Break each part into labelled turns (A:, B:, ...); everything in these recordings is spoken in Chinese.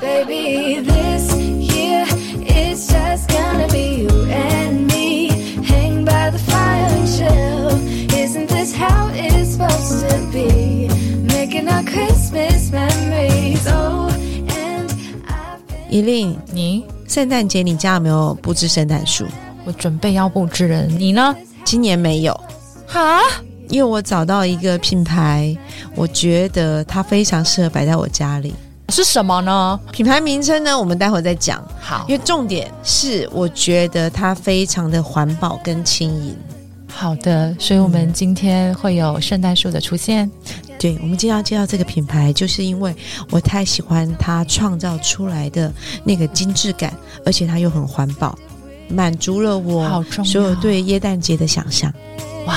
A: Baby, this year it's just gonna be you and me. Hang by the fire and chill. Isn't this how it's supposed to be? Making our Christmas memories. Oh, and I've been
B: 依令，
C: 你，
B: 圣诞节你家有没有布置圣诞树？
C: 我准备要布置了，你呢？
B: 今年没有，
C: 哈，
B: 因为我找到一个品牌，我觉得它非常适合摆在我家里。
C: 是什么呢？
B: 品牌名称呢，我们待会儿再讲，
C: 好
B: 因为重点是我觉得它非常的环保跟轻盈。
C: 好的，所以我们今天会有圣诞树的出现。
B: 对，我们今天要介绍这个品牌，就是因为我太喜欢它创造出来的那个精致感，而且它又很环保，满足了
C: 好
B: 我
C: 重要
B: 所有对耶诞节的想象。
C: 哇，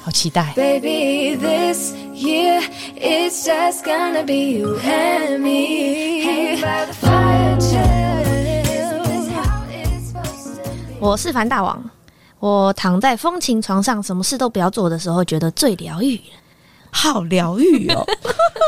C: 好期待！
A: Baby, this year it's just gonna be you and me. Hang by the fire and chill. Isn't this how it's supposed to be?
D: 我是樊大王，我躺在风情床上，什么事都不要做的时候，觉得最疗愈。
B: 好疗愈哦！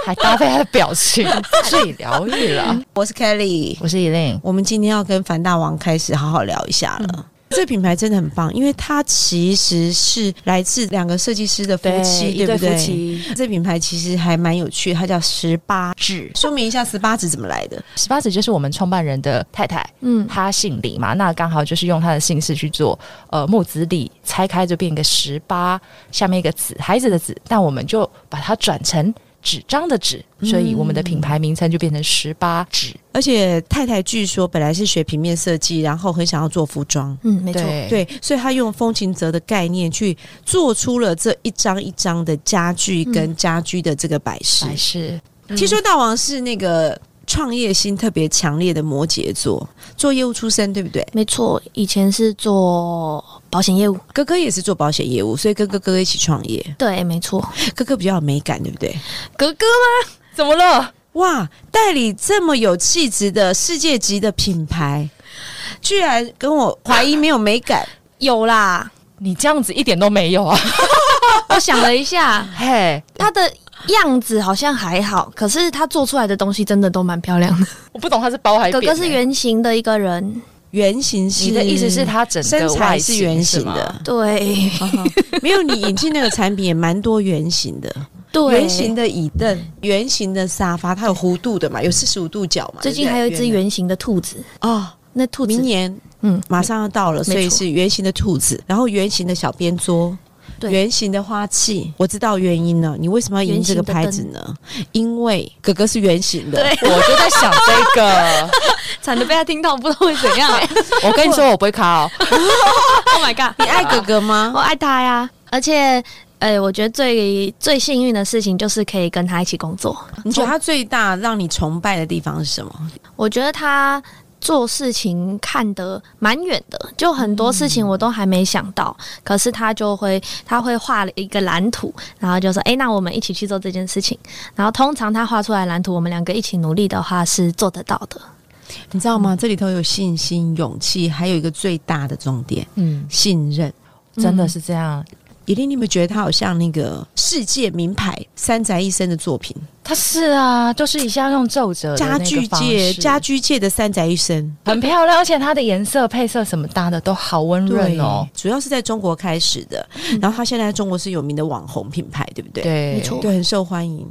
C: 还搭配他的表情， 最疗愈了。
B: 我是 Kelly，
C: 我是以令，
B: 我们今天要跟樊大王开始好好聊一下了。这个品牌真的很棒，因为它其实是来自两个设计师的夫妻，对不对？
D: 妻，
B: 这品牌其实还蛮有趣，它叫十八指。说明一下十八指怎么来的？
C: 十八子就是我们创办人的太太，
D: 嗯，
C: 她姓李嘛，那刚好就是用她的姓氏去做呃木子李，拆开就变一个十八，下面一个子孩子的子，但我们就把它转成纸张的纸，所以我们的品牌名称就变成十八纸。
B: 而且太太据说本来是学平面设计，然后很想要做服装。
D: 嗯，没错，
C: 对
B: 对，所以他用风情泽的概念去做出了这一张一张的家具跟
C: 嗯
B: 家居的这个摆饰。
C: 还是
B: 听说大王是那个创业心特别强烈的摩羯座，做业务出身，对不对？
D: 没错。以前是做保险业务，
B: 哥哥也是做保险业务，所以跟哥哥一起创业。
D: 对，没错。
B: 哥哥比较有美感，对不对？
D: 格格吗？
C: 怎么了？
B: 哇，代理这么有气质的世界级的品牌，居然跟我怀疑没有美感。
D: 有啦，
C: 你这样子一点都没有啊！
D: 我想了一 下，
C: 嘿，
D: 她的样子好像还好，可是她做出来的东西真的都蛮漂亮的。
C: 我不懂他是包还是
D: 格格
C: 扁
D: 是
C: 欸
D: 圆形的一个人，
B: 原型是
C: 你的意思是他整
B: 身
C: 个
B: 材
C: 外
B: 是
C: 形
B: 圆形
C: 吗
B: 的，
D: 对
B: 没有你引进那个产品也蛮多圆形的，
D: 对，
B: 圆形。的椅凳、圆形的沙发，它有弧度的嘛，有四十五度角嘛。
D: 最近还有一只
B: 对不对
D: 圆形的兔子，
B: 哦，
D: 那兔子
B: 明年
D: 嗯
B: 马上要到了，
D: 没
B: 所以
D: 错
B: 是圆形的兔子，然后圆形的小边桌。
D: 对
B: 圆形的花器，我知道原因了。你为什么要赢这个牌子呢？因为哥哥是圆形的，
D: 对，啊
C: 我就在想这个。
D: 惨的被他听到，不知道会怎 样、欸。
C: 我跟你说，我不会卡哦。
D: oh my god！
B: 你爱哥哥吗？
D: 我爱他呀，而且。呃，我觉得最最幸运的事情就是可以跟他一起工作。
B: 你觉得他最大让你崇拜的地方是什么？
D: 我觉得他做事情看得蛮远的，就很多事情我都还没想到，可是他就会他会画了一个蓝图，然后就说：“诶，哎那我们一起去做这件事情。”然后通常他画出来的蓝图，我们两个一起努力的话是做得到的。
B: 你知道吗？嗯这里头有信心、勇气，还有一个最大的重点
C: 嗯
B: ——，信任。
C: 真的是这样。
B: 一定，你有没有觉得他好像那个世界名牌三宅一生的作品？
C: 他是啊，就是一下用皱褶的那
B: 家
C: 个
B: 具
C: 方
B: 界，
C: 式
B: 家居界的三宅一生。
C: 很漂亮，而且它的颜色配色什么搭的都好温润哦。
B: 主要是在中国开始的，然后他现在在中国是有名的网红品牌，对不对？，
C: 对，
D: 没错
B: 对，很受欢迎，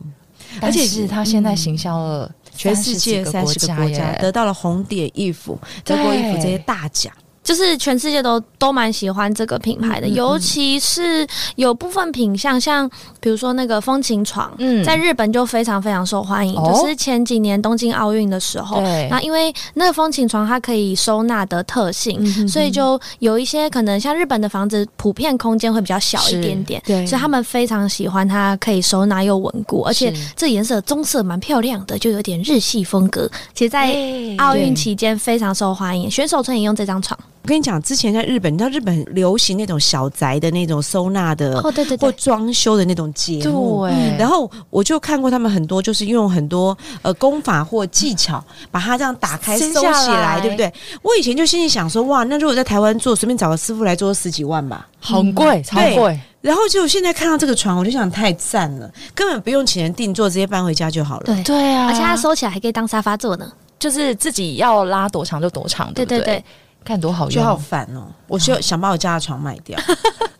C: 而
B: 而
C: 且
B: 且
C: 是它现在行销了
B: 全世界三
C: 30
B: 十个
C: 几
B: 国
C: 耶
B: 家得到了红点衣服、德国衣服
C: 哎对
B: 这些大奖。
D: 就是全世界都都蛮喜欢这个品牌
B: 嗯
D: 的，
B: 嗯嗯
D: 尤其是有部分品相，像比如说那个风情床，
C: 嗯
D: 在日本就非常非常受欢迎。
C: 哦
D: 就是前几年东京奥运的时候，
C: 对
D: 那因为那个风情床它可以收纳的特性，所以就有一些可能像日本的房子，普遍空间会比较小一点点，
B: 对
D: 所以他们非常喜欢它，可以收纳又稳固，而且
C: 是
D: 这颜色棕色蛮漂亮的，就有点日系风格。其实，在奥运期间非常受欢迎，选手村也用这张床。
B: 我跟你讲，之前在日本，你知道日本很流行那种小宅的那种收纳的、
D: 哦，对对
B: 或
D: 对，
B: 装修的那种节目。
C: 对，
B: 嗯然后我就看过他们很多，就是用很多呃功法或技巧把它这样打开
C: 撕
B: 收
C: 下
B: 起
C: 来
B: 来，对不对？我以前就心里想说，哇，那如果在台湾做，随便找个师傅来做十几万吧。
C: 很贵，超贵，
B: 然后就现在看到这个床，我就想太赞了，根本不用请人定做，直接搬回家就好了。
D: 对
C: 对啊，
D: 而且它收起来还可以当沙发坐呢。
C: 就是自己要拉多长就多长，
D: 对
C: 不对
D: 对，
C: 看多好
B: 就
C: 用
B: 好，烦哦！我就想把我家的床卖 掉。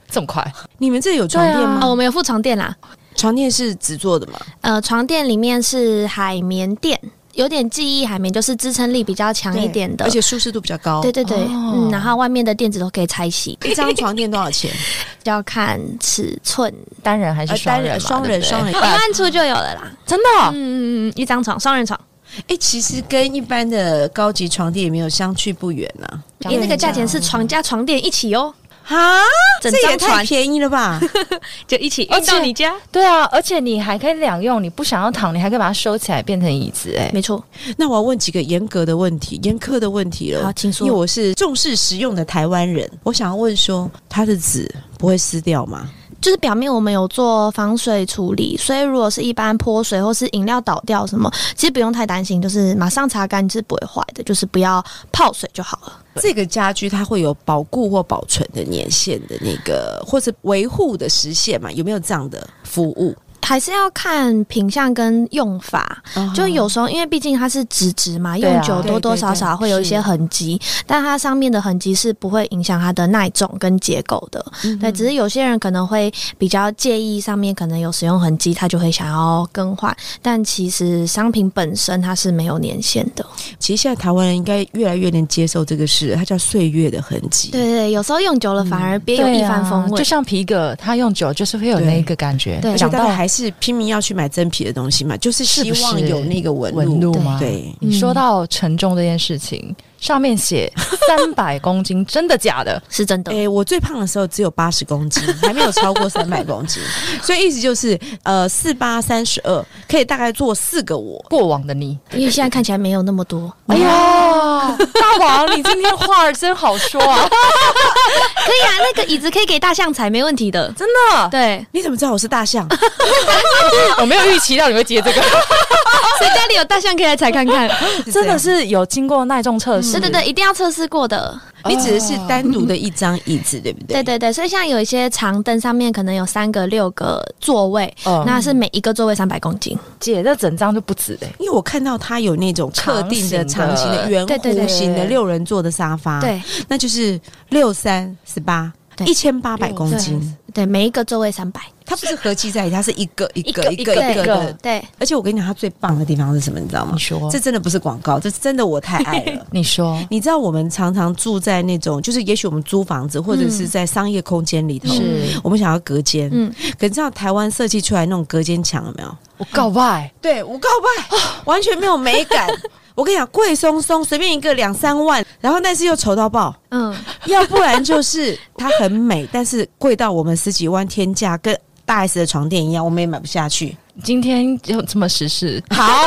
C: 这么快，
B: 你们这里有床垫吗？
D: 哦，我们有副床垫啦，
B: 床垫是纸做的吗？
D: 呃，床垫里面是海绵垫，有点记忆海绵，就是支撑力比较强一点的，
B: 而且舒适度比较高。
D: 对对对，
C: 哦
D: 嗯，然后外面的垫子都可以拆洗，
B: 一张床垫多少 钱？
D: 要看尺寸，
C: 单人还是
B: 呃
C: 双人
B: 单
C: 嘛？
B: 双人
C: 对不对
B: 双人
D: 一万出就有了啦。
C: 真的哦
D: 嗯嗯嗯，一张床，双人床，
B: 哎、其实跟一般的高级床垫也没有相去不远呐、
C: 讲
D: 你那个
C: 一下
D: 价钱是床加床垫一起 哦，
B: 啊。哈，
D: 整
B: 这也
D: 张
B: 太
D: 床哦
B: 便宜了吧！
D: 就一起
C: 而
D: 运
C: 且
D: 到你家，
C: 对啊，而且你还可以两用，你不想要躺，你还可以把它收起来变成椅子，哎，
D: 没错。
B: 那我要问几个严格的问题、严苛的问题了。
D: 好，请
B: 因为
D: 说。
B: 我是重视实用的台湾人，我想要问说，它的纸不会撕掉吗？
D: 就是表面我们有做防水处理，所以如果是一般泼水或是饮料倒掉什么，其实不用太担心，就是马上擦干是不会坏的，就是不要泡水就好了。
B: 这个家居它会有保固或保存的年限的那个，或是维护的时限嘛？有没有这样的服务？
D: 还是要看品相跟用法，就有时候，因为毕竟它是纸质嘛，
C: 对啊
D: 用久多多少
B: 对对
D: 少
B: 对
D: 会有一些痕迹，但它上面的痕迹是不会影响它的耐重跟结构的。对，只是有些人可能会比较介意上面可能有使用痕迹，他就会想要更换，但其实商品本身它是没有年限的。
B: 其实现在台湾人应该越来越能接受这个事，它叫岁月的痕迹。
D: 对对，有时候用久了反而别有
C: 对
D: 一
C: 啊
D: 番风味。
C: 就像皮革，它用久就是会有
B: 对
C: 那个感觉，
D: 对
B: 而且
C: 长
B: 大
C: 到
B: 家还是拼命要去买真皮的东西嘛，就是希望
C: 是不是
B: 有那个纹
C: 纹路吗？
B: 对，
C: 你
D: 嗯
C: 说到沉重这件事情，上面写三百公斤，真的假的？
D: 是真的，
B: 诶、我最胖的时候只有八十公斤，还没有超过三百公斤，所以意思就是，呃，四八三十二可以大概做四个我。
C: 过往的你，
D: 因为现在看起来没有那么多，
C: 哎呀，大王，你今天话儿真好说啊！
D: 可以啊，那个椅子可以给大象踩，没问题的。
C: 真的，
D: 对，
B: 你怎么知道我是大象？
C: 我没有预期到你会接这个，
D: 所以家里有大象可以来踩看 看。嗯
C: 真的是有经过耐重测试，
D: 对对对，一定要测试过的。
B: 这样，你指的是单独的一张椅子，对不对？
D: 对对对，所以像有一些长凳上面可能有三个、六个座位，
C: 嗯
D: 那是每一个座位三百公斤。
C: 姐这整张就不止哎、
B: 因为我看到它有那种特定的长
C: 长
B: 形
C: 形的
B: 的圆
D: 对对对
B: 弧形的
C: 对
B: 六人座的沙发，，
D: 对
B: 那就是六三十八，
D: 对
B: 一千八百公斤。
D: 对，每一个座位三百。
B: 它不是合计在一起，它是一个一个
C: 一个
B: 一个
C: 一个
B: 一个
C: 一
B: 的
C: 个。
D: 对，
B: 而且我跟你讲，它最棒的地方是什么？你知道吗
C: 你？说。
B: 这，真的不是广告，这真的我太爱了
C: 你说，
B: 你知道我们常常住在那种，就是也许我们租房子或者是在商业空间里头，
C: 是
B: 我们想要隔间，
D: 嗯，
B: 可你知道台湾设计出来那种隔间墙有没有？
C: 我告白，
B: 对，无告白，完全没有美感。我跟你讲，贵松松，随便一个两三万，然后但是又丑到爆，
D: 嗯，
B: 要不然就是它很美，但是贵到我们十几万天价，跟大 S 的床垫一样，我们也买不下去。
C: 今天就这么实事，好。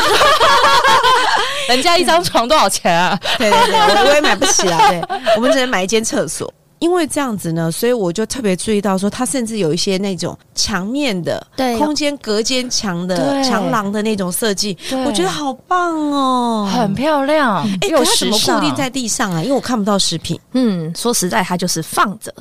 C: 人家一张床多少钱啊？
B: 对对对，我我也买不起啊。对，我们只能买一间厕所。因为这样子呢，所以我就特别注意到说，它甚至有一些那种墙面的、
D: 对
B: 空间隔间墙的、
C: 对
B: 墙廊的那种设计，
C: 对
B: 我觉得好棒哦，
C: 很漂亮，
B: 哎，
C: 又
B: 可它怎
C: 时
B: 么固
C: 尚，
B: 定在地上啊？因为我看不到食品，
D: 嗯，说实在，它就是放着，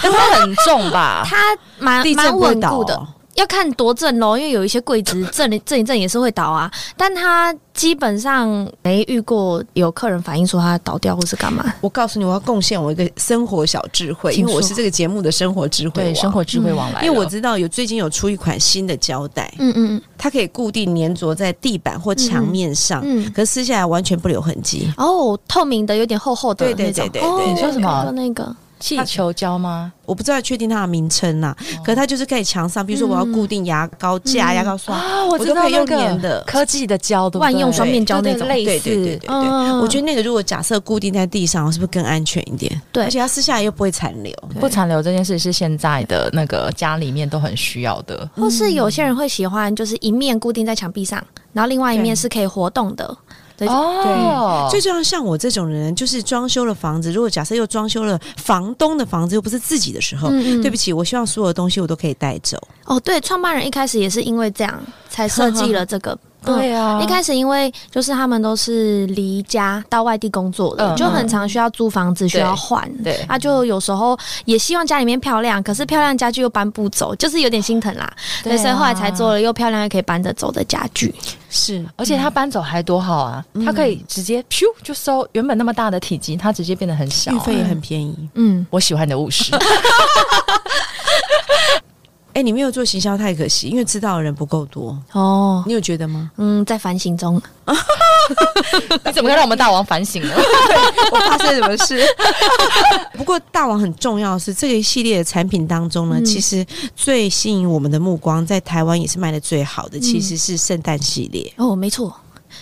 C: 但它很重吧？
D: 它
C: 啊
D: 蛮
B: 地震
D: 蛮
B: 不会
D: 稳
B: 倒
D: 固的。
B: 哦。
D: 要看多正咯，因为有一些柜 子震一震一震也是会倒啊，但它基本上没遇过有客人反映说它倒掉或是干嘛。
B: 我告诉你，我要贡献我一个生活小智慧，因
D: 请
B: 为我
D: 说
B: 是这个节目的生活智慧
C: 对，
B: 王
C: 生。活智慧往来了，
B: 因为我知道有最近有出一款新的胶带，
D: 嗯嗯
B: 它可以固定粘着在地板或墙面上，
D: 嗯嗯
B: 可撕下来完全不留痕迹。
D: 哦，透明的，有点厚厚的
B: 对对
D: 那种
B: 对对
D: 哦
B: 对对
C: 你说什么
D: 那个
C: 气球胶吗？
B: 我不知道确定它的名称啦，
D: 哦
B: 可它就是可以墙上，比如说我要固定牙膏架、牙膏刷，
C: 啊，我
B: 我
C: 知
B: 都
C: 道
B: 可以
C: 那
B: 用
C: 个
B: 粘的。
C: 科技的胶，对不对
D: 万用双面胶那种
C: 对对
B: 对对对对
C: 对类
B: 对
C: 似，
B: 对
D: 嗯
B: 我觉得那个如果假设固定在地上，是不是更安全一点？
D: 对
B: 而且它撕下来又不会残留。
C: 不残留这件事是现在的那个家里面都很需要的。
B: 嗯
D: 或是有些人会喜欢，就是一面固定在墙壁上，然后另外一面
B: 对
D: 是可以活动的。对
C: 哦，
B: 最重要，像我这种人，就是装修了房子，如果假设又装修了房东的房子，又不是自己的时候，
D: 嗯嗯
B: 对不起，我希望所有东西我都可以带走。
D: 哦，对，创办人一开始也是因为这样才设计了这个。嗯
C: 对啊，
D: 一开始因为就是他们都是离家到外地工作的，
C: 嗯
D: 就很常需要租房子，需要换。
C: 对
D: 啊，就有时候也希望家里面漂亮，可是漂亮家具又搬不走，就是有点心疼啦。
C: 对啊
D: 所以后来才做了又漂亮又可以搬得走的家具。
B: 是，
C: 而且他搬走还多好啊！他可以直接咻就收原本那么大的体积，它直接变得很小
B: 运。费也很便宜。
D: 嗯，
C: 我喜欢你的务实，
B: 哎、你没有做行销太可惜，因为知道的人不够多。
D: 哦，？
B: 你有觉得吗
D: 嗯，在反省中。
C: 你怎么可以让我们大王反省呢？
B: 我发生什么事？ 不过大王很重要的是，这个一系列的产品当中呢，
D: 嗯
B: 其实最吸引我们的目光，在台湾也是卖的最好的，其实是圣诞系列。
D: 哦，没错，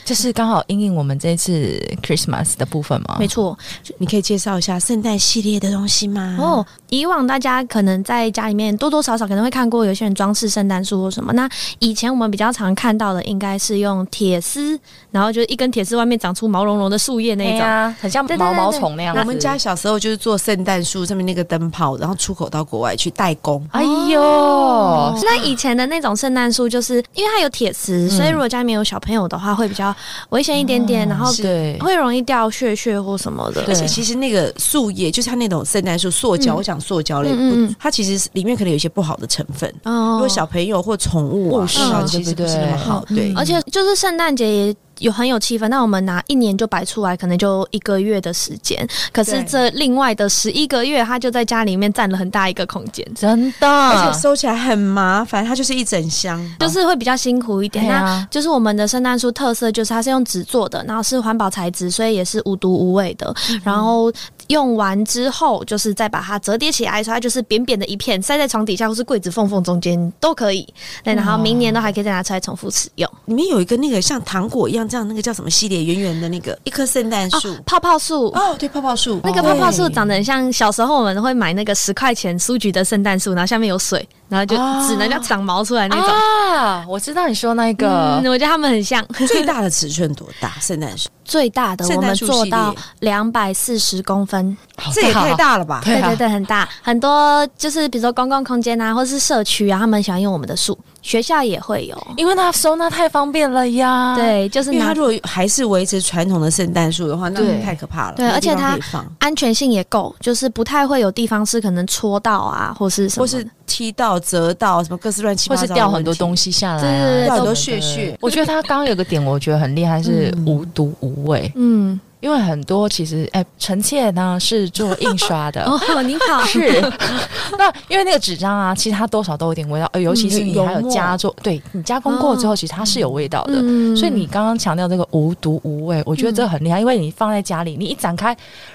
C: 就是刚好因应我们这一次 Christmas 的部分嘛。
D: 没错。
B: 你可以介绍一下圣诞系列的东西吗？
C: 嗯
D: 哦，，以往大家可能在家里面多多少少可能会看过有些人装饰圣诞树或什么。那以前我们比较常看到的应该是用铁丝，然后就是一根铁丝外面长出毛茸茸的树叶那一种。
C: 啊，很像
D: 哎对对对
C: 毛毛虫那样子。
B: 我们家小时候就是做圣诞树上面那个灯泡，然后出口到国外去代工。
C: 哎呦，
D: 哦那以前的那种圣诞树，就是因为它有铁丝，所以如果家里面有小朋友的话，会比较危险一点点，然后
C: 对
D: 会容易掉屑屑或什么的。
C: 哦对
B: 而且其实那个树叶，就是它那种圣诞树塑胶，
D: 嗯
B: 我讲塑胶类，
D: 嗯嗯
B: 不
D: 嗯
B: 它其实里面可能有一些不好的成分。
D: 哦
B: 如果小朋友或宠物啊，
C: 故事
D: 啊
B: 嗯其实不是那么好，
C: 对不对
B: 对
C: 嗯。
D: 而且就是圣诞节也有很有气氛，那我们拿一年就摆出来，可能就一个月的时间。可是
B: 对
D: 这另外的十一个月，他就在家里面占了很大一个空间，
C: 真的，
B: 而且收起来很麻烦，它就是一整箱，
D: 嗯就是会比较辛苦一点。
C: 对
D: 那
C: 啊，
D: 就是我们的圣诞树特色，就是它是用纸做的，然后是环保材质，所以也是无毒无味的。然后用完之后，就是再把它折叠起来，所以它就是扁扁的一片，塞在床底下或是柜子缝缝中间都可以。对，然后明年都还可以再拿出来重复使用。
B: 哦里面有一个那个像糖果一样，这样那个叫什么系列，圆圆的那个一棵圣诞树。
D: 啊泡泡树
B: 哦，对，泡泡树，
D: 那个泡泡树长得很像小时候我们会买那个十块钱书局的圣诞树，然后下面有水，然后就
B: 啊
D: 只能叫长毛出来那种。
C: 啊，我知道你说那个
D: 嗯，，我觉得他们很像。
B: 对最大的尺寸多大？圣诞树，
D: 最大的我
B: 圣诞
D: 们
B: 树
D: 做
B: 系列
D: 到两百四十公分，
C: 好
B: 这也太，大了 吧！
C: 对
D: 对
C: 啊
D: 对对，很大。很多就是比如说公共空间啊，或是社区啊，他们喜欢用我们的树，学校也会有。
C: 因为它收纳太方便了呀。，
D: 对，就是
B: 因为它
D: 拿
B: 如果还是维持传统的圣诞树的话，那
C: 对
B: 太可怕了。
D: 对
B: 没有
D: 而且
B: 地方
D: 它
B: 可以放，
D: 安全性也够，就是不太会有地方是可能戳到啊，或是什么
B: 或
D: 的。
B: 是踢到、折到，什么各式乱七
C: 或
B: 八糟，
C: 是掉很多东。西下来啊，
D: 对对对
B: 掉很
C: 都
B: 多屑屑
C: 我觉得他刚刚有个点，我觉得很厉害，是
B: 嗯
C: 无毒无味。
D: 嗯，
C: 因为很多其实，哎、臣妾呢是做印刷 的，
D: 哦，你好，
C: 是。 那因为那个纸张啊，其实它多少都有点味道，呃，尤其是你还有加做，对你加工过之后，其实它是有味道的。
D: 嗯
C: 所以你刚刚强调这个无毒无味，我觉得这很厉害，因为你放在家里，你一展开，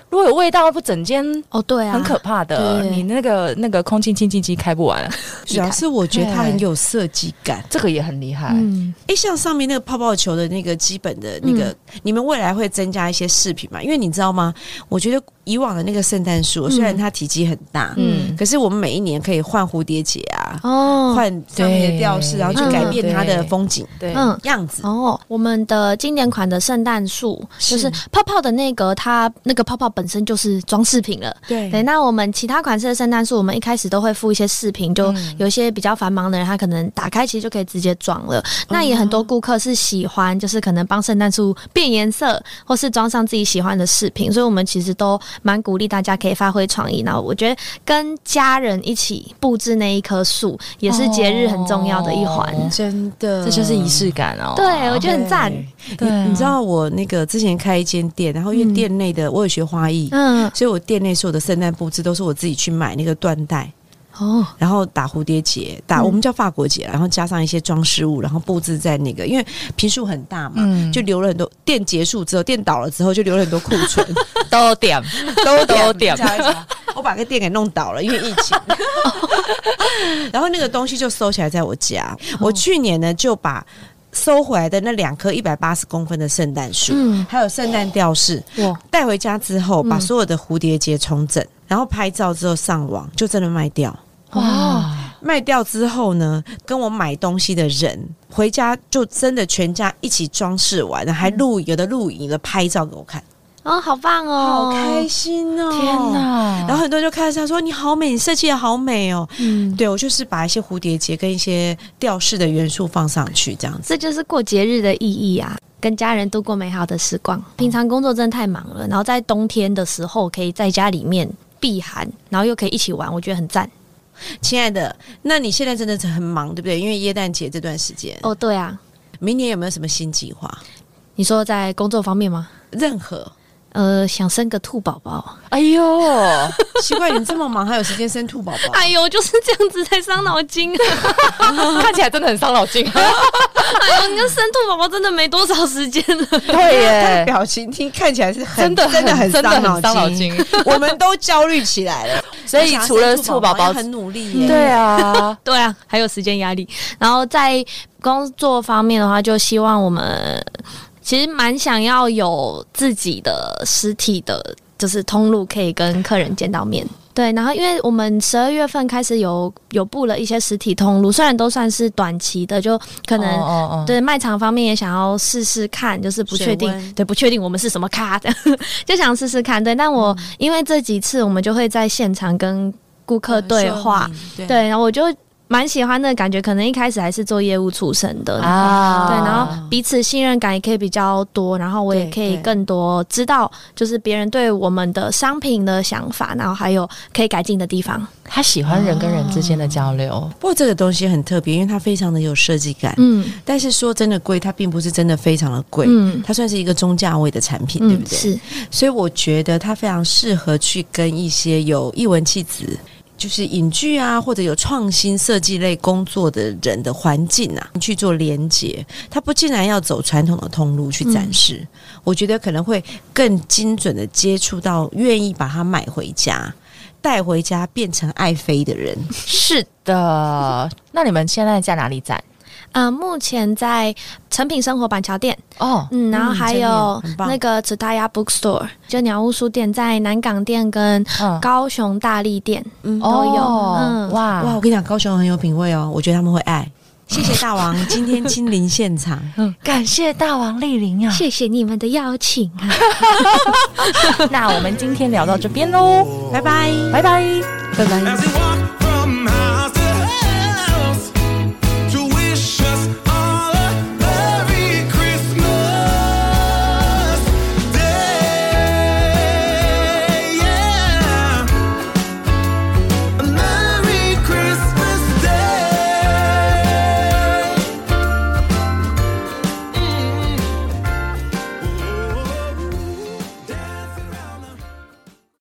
C: 如果有味道，不整间
D: 哦，对啊，
C: 很可怕的，
D: 对
C: 你那个那个空气清净机开不完，
B: 主要是我觉得它
C: 对
B: 很有设计感。
C: 这个也很厉害。
D: 嗯，
B: 哎，像上面那个泡泡球的那个基本的那个，你们未来会增加一些饰品嘛？因为你知道吗？我觉得以往的那个圣诞树，虽然它体积很大，
C: 嗯
B: 可是我们每一年可以换蝴蝶结啊，
D: 哦，
B: 换上面的吊饰，
C: 对
B: 然后去改变它的风景
C: 对，
D: 嗯。
B: 样子。
D: 哦，我们的经典款的圣诞树
B: 是
D: 就是泡泡的那个，它那个泡泡本身就是装饰品了。
B: 对
D: 对，那我们其他款式的圣诞树，我们一开始都会附一些饰品，就
C: 嗯
D: 有一些比较繁忙的人，他可能打开其实就可以直接装了。那也很多顾客是喜欢，就是可能帮圣诞树变颜色，或是装上自己喜欢的饰品，所以我们其实都蛮鼓励大家可以发挥创意。那我觉得跟家人一起布置那一棵树，也是节日很重要的一环。
C: 哦
B: 真的，
C: 这就是仪式感哦。
D: 对，我觉得很赞。
C: 对啊
B: 你你知道我那个之前开一间店，然后因为
D: 嗯
B: 店内的我有学花艺，
D: 嗯，
B: 所以我店内所有的圣诞布置都是我自己去买那个缎带，
D: 哦，
B: 然后打蝴蝶结，打、
D: 嗯
B: 我们叫法国结，然后加上一些装饰物，然后布置在那个，因为平数很大嘛。
C: 嗯，
B: 就留了很多，店结束之后，店倒了之后，就留了很多库 存，
C: 都点，都都点
B: 一。家一家 我把个店给弄倒了，因为疫 情。然后那个东西就收起来在我家。
D: 哦
B: 我去年呢，就把收回来的那两棵一百八十公分的圣诞树，
D: 嗯，
B: 还有圣诞吊饰，
D: 哇，
B: 带回家之后，
D: 嗯
B: 把所有的蝴蝶结重整，然后拍照之后上网，就真的卖掉。
C: 哇，
B: 卖掉之后呢，跟我买东西的人回家就真的全家一起装饰完，还录有的录影，有的拍照给我看，
D: 哦，好棒
B: 好
D: 哦，
B: 开心哦！
C: 天！哪！
B: 然后很多人就看着他说：“你好美，你设计的好美哦。”
D: 嗯，
B: 对，我就是把一些蝴蝶结跟一些吊饰的元素放上去，这样子。
D: 这就是过节日的意义啊，跟家人度过美好的时光。平常工作真的太忙了，然后在冬天的时候可以在家里面避寒，然后又可以一起玩，我觉得很赞。
B: 亲爱的，那你现在真的是很忙，对不对？因为耶诞节这段时间，
D: 哦，对啊，
B: 明年有没有什么新计划？
D: 你说在工作方面吗？
B: 任何
D: 呃，想生个兔宝宝。
C: 哎呦，
B: 奇怪，你这么忙还有时间生兔宝宝？
D: 哎呦，就是这样子才伤脑筋啊！
C: 看起来真的很伤脑筋。 啊
D: 哎呦，你看生兔宝宝真的没多少时间了。
C: 对
B: 他的
C: 耶，
B: 表情听看起来是很
C: 真的
B: 真的很
C: 真的很
B: 伤
C: 伤
B: 脑
C: 脑
B: 筋
C: 筋，
B: 我们都焦虑起来了。
C: 所以除了
B: 兔
C: 兔宝宝
B: 要很努力耶，
C: 对啊，
D: 对啊，还有时间压力。然后在工作方面的话，就希望我们其实蛮想要有自己的实体的，就是通路可以跟客人见到面。对，然后因为我们十二月份开始有有布了一些实体通路，虽然都算是短期的，就可能、
C: 哦哦
D: 对卖场方面也想要试试看，就是不确
B: 水温
D: 定，对不确定我们是什么咖，这样 就想试试看。对，但我、
C: 嗯
D: 因为这几次我们就会在现场跟顾客对话，
B: 对
D: 对，然后我就蛮喜欢的感觉，可能一开始还是做业务出身的。
C: 啊
D: 对，然后彼此信任感也可以比较多，然后我也
B: 对
D: 可以
B: 对
D: 更多知道，就是别人对我们的商品的想法，然后还有可以改进的地方。
C: 他喜欢人跟人之间的交流，
B: 不过这个东西很特别，因为它非常的有设计感。
D: 嗯
B: 但是说真的贵，它并不是真的非常的贵，
D: 嗯
B: 它算是一个中价位的产品，对
D: 嗯，
B: 不对？
D: 是
B: 所以我觉得它非常适合去跟一些有艺文气质。就是影剧啊，或者有创新设计类工作的人的环境啊，去做连接，它不竟然要走传统的通路去展示，我觉得可能会更精准的接触到愿意把它买回家、带回家变成爱妃的人。
C: 是的。那你们现在在哪里展？
D: 呃，目前在成品生活板桥店，
C: 哦，
D: 嗯，然后
B: 嗯
D: 还
B: 真的
D: 有
B: 很棒
D: 那个 t a y a Bookstore，就鸟屋书店在南港店跟
C: 嗯，哦
D: 高雄大力店
B: 嗯
D: 都有，嗯，
C: 哇
B: 哇，我跟你讲，高雄很有品味哦，我觉得他们会爱。谢谢大王，今天亲临现场。
C: 感谢大王莅
B: 嗯
C: 临啊！
D: 谢谢你们的邀请啊。
C: 那我们今天聊到这边喽，
B: 拜拜，
C: 拜拜。
B: 拜拜。
E: As he walked Mm-hmm. Oh,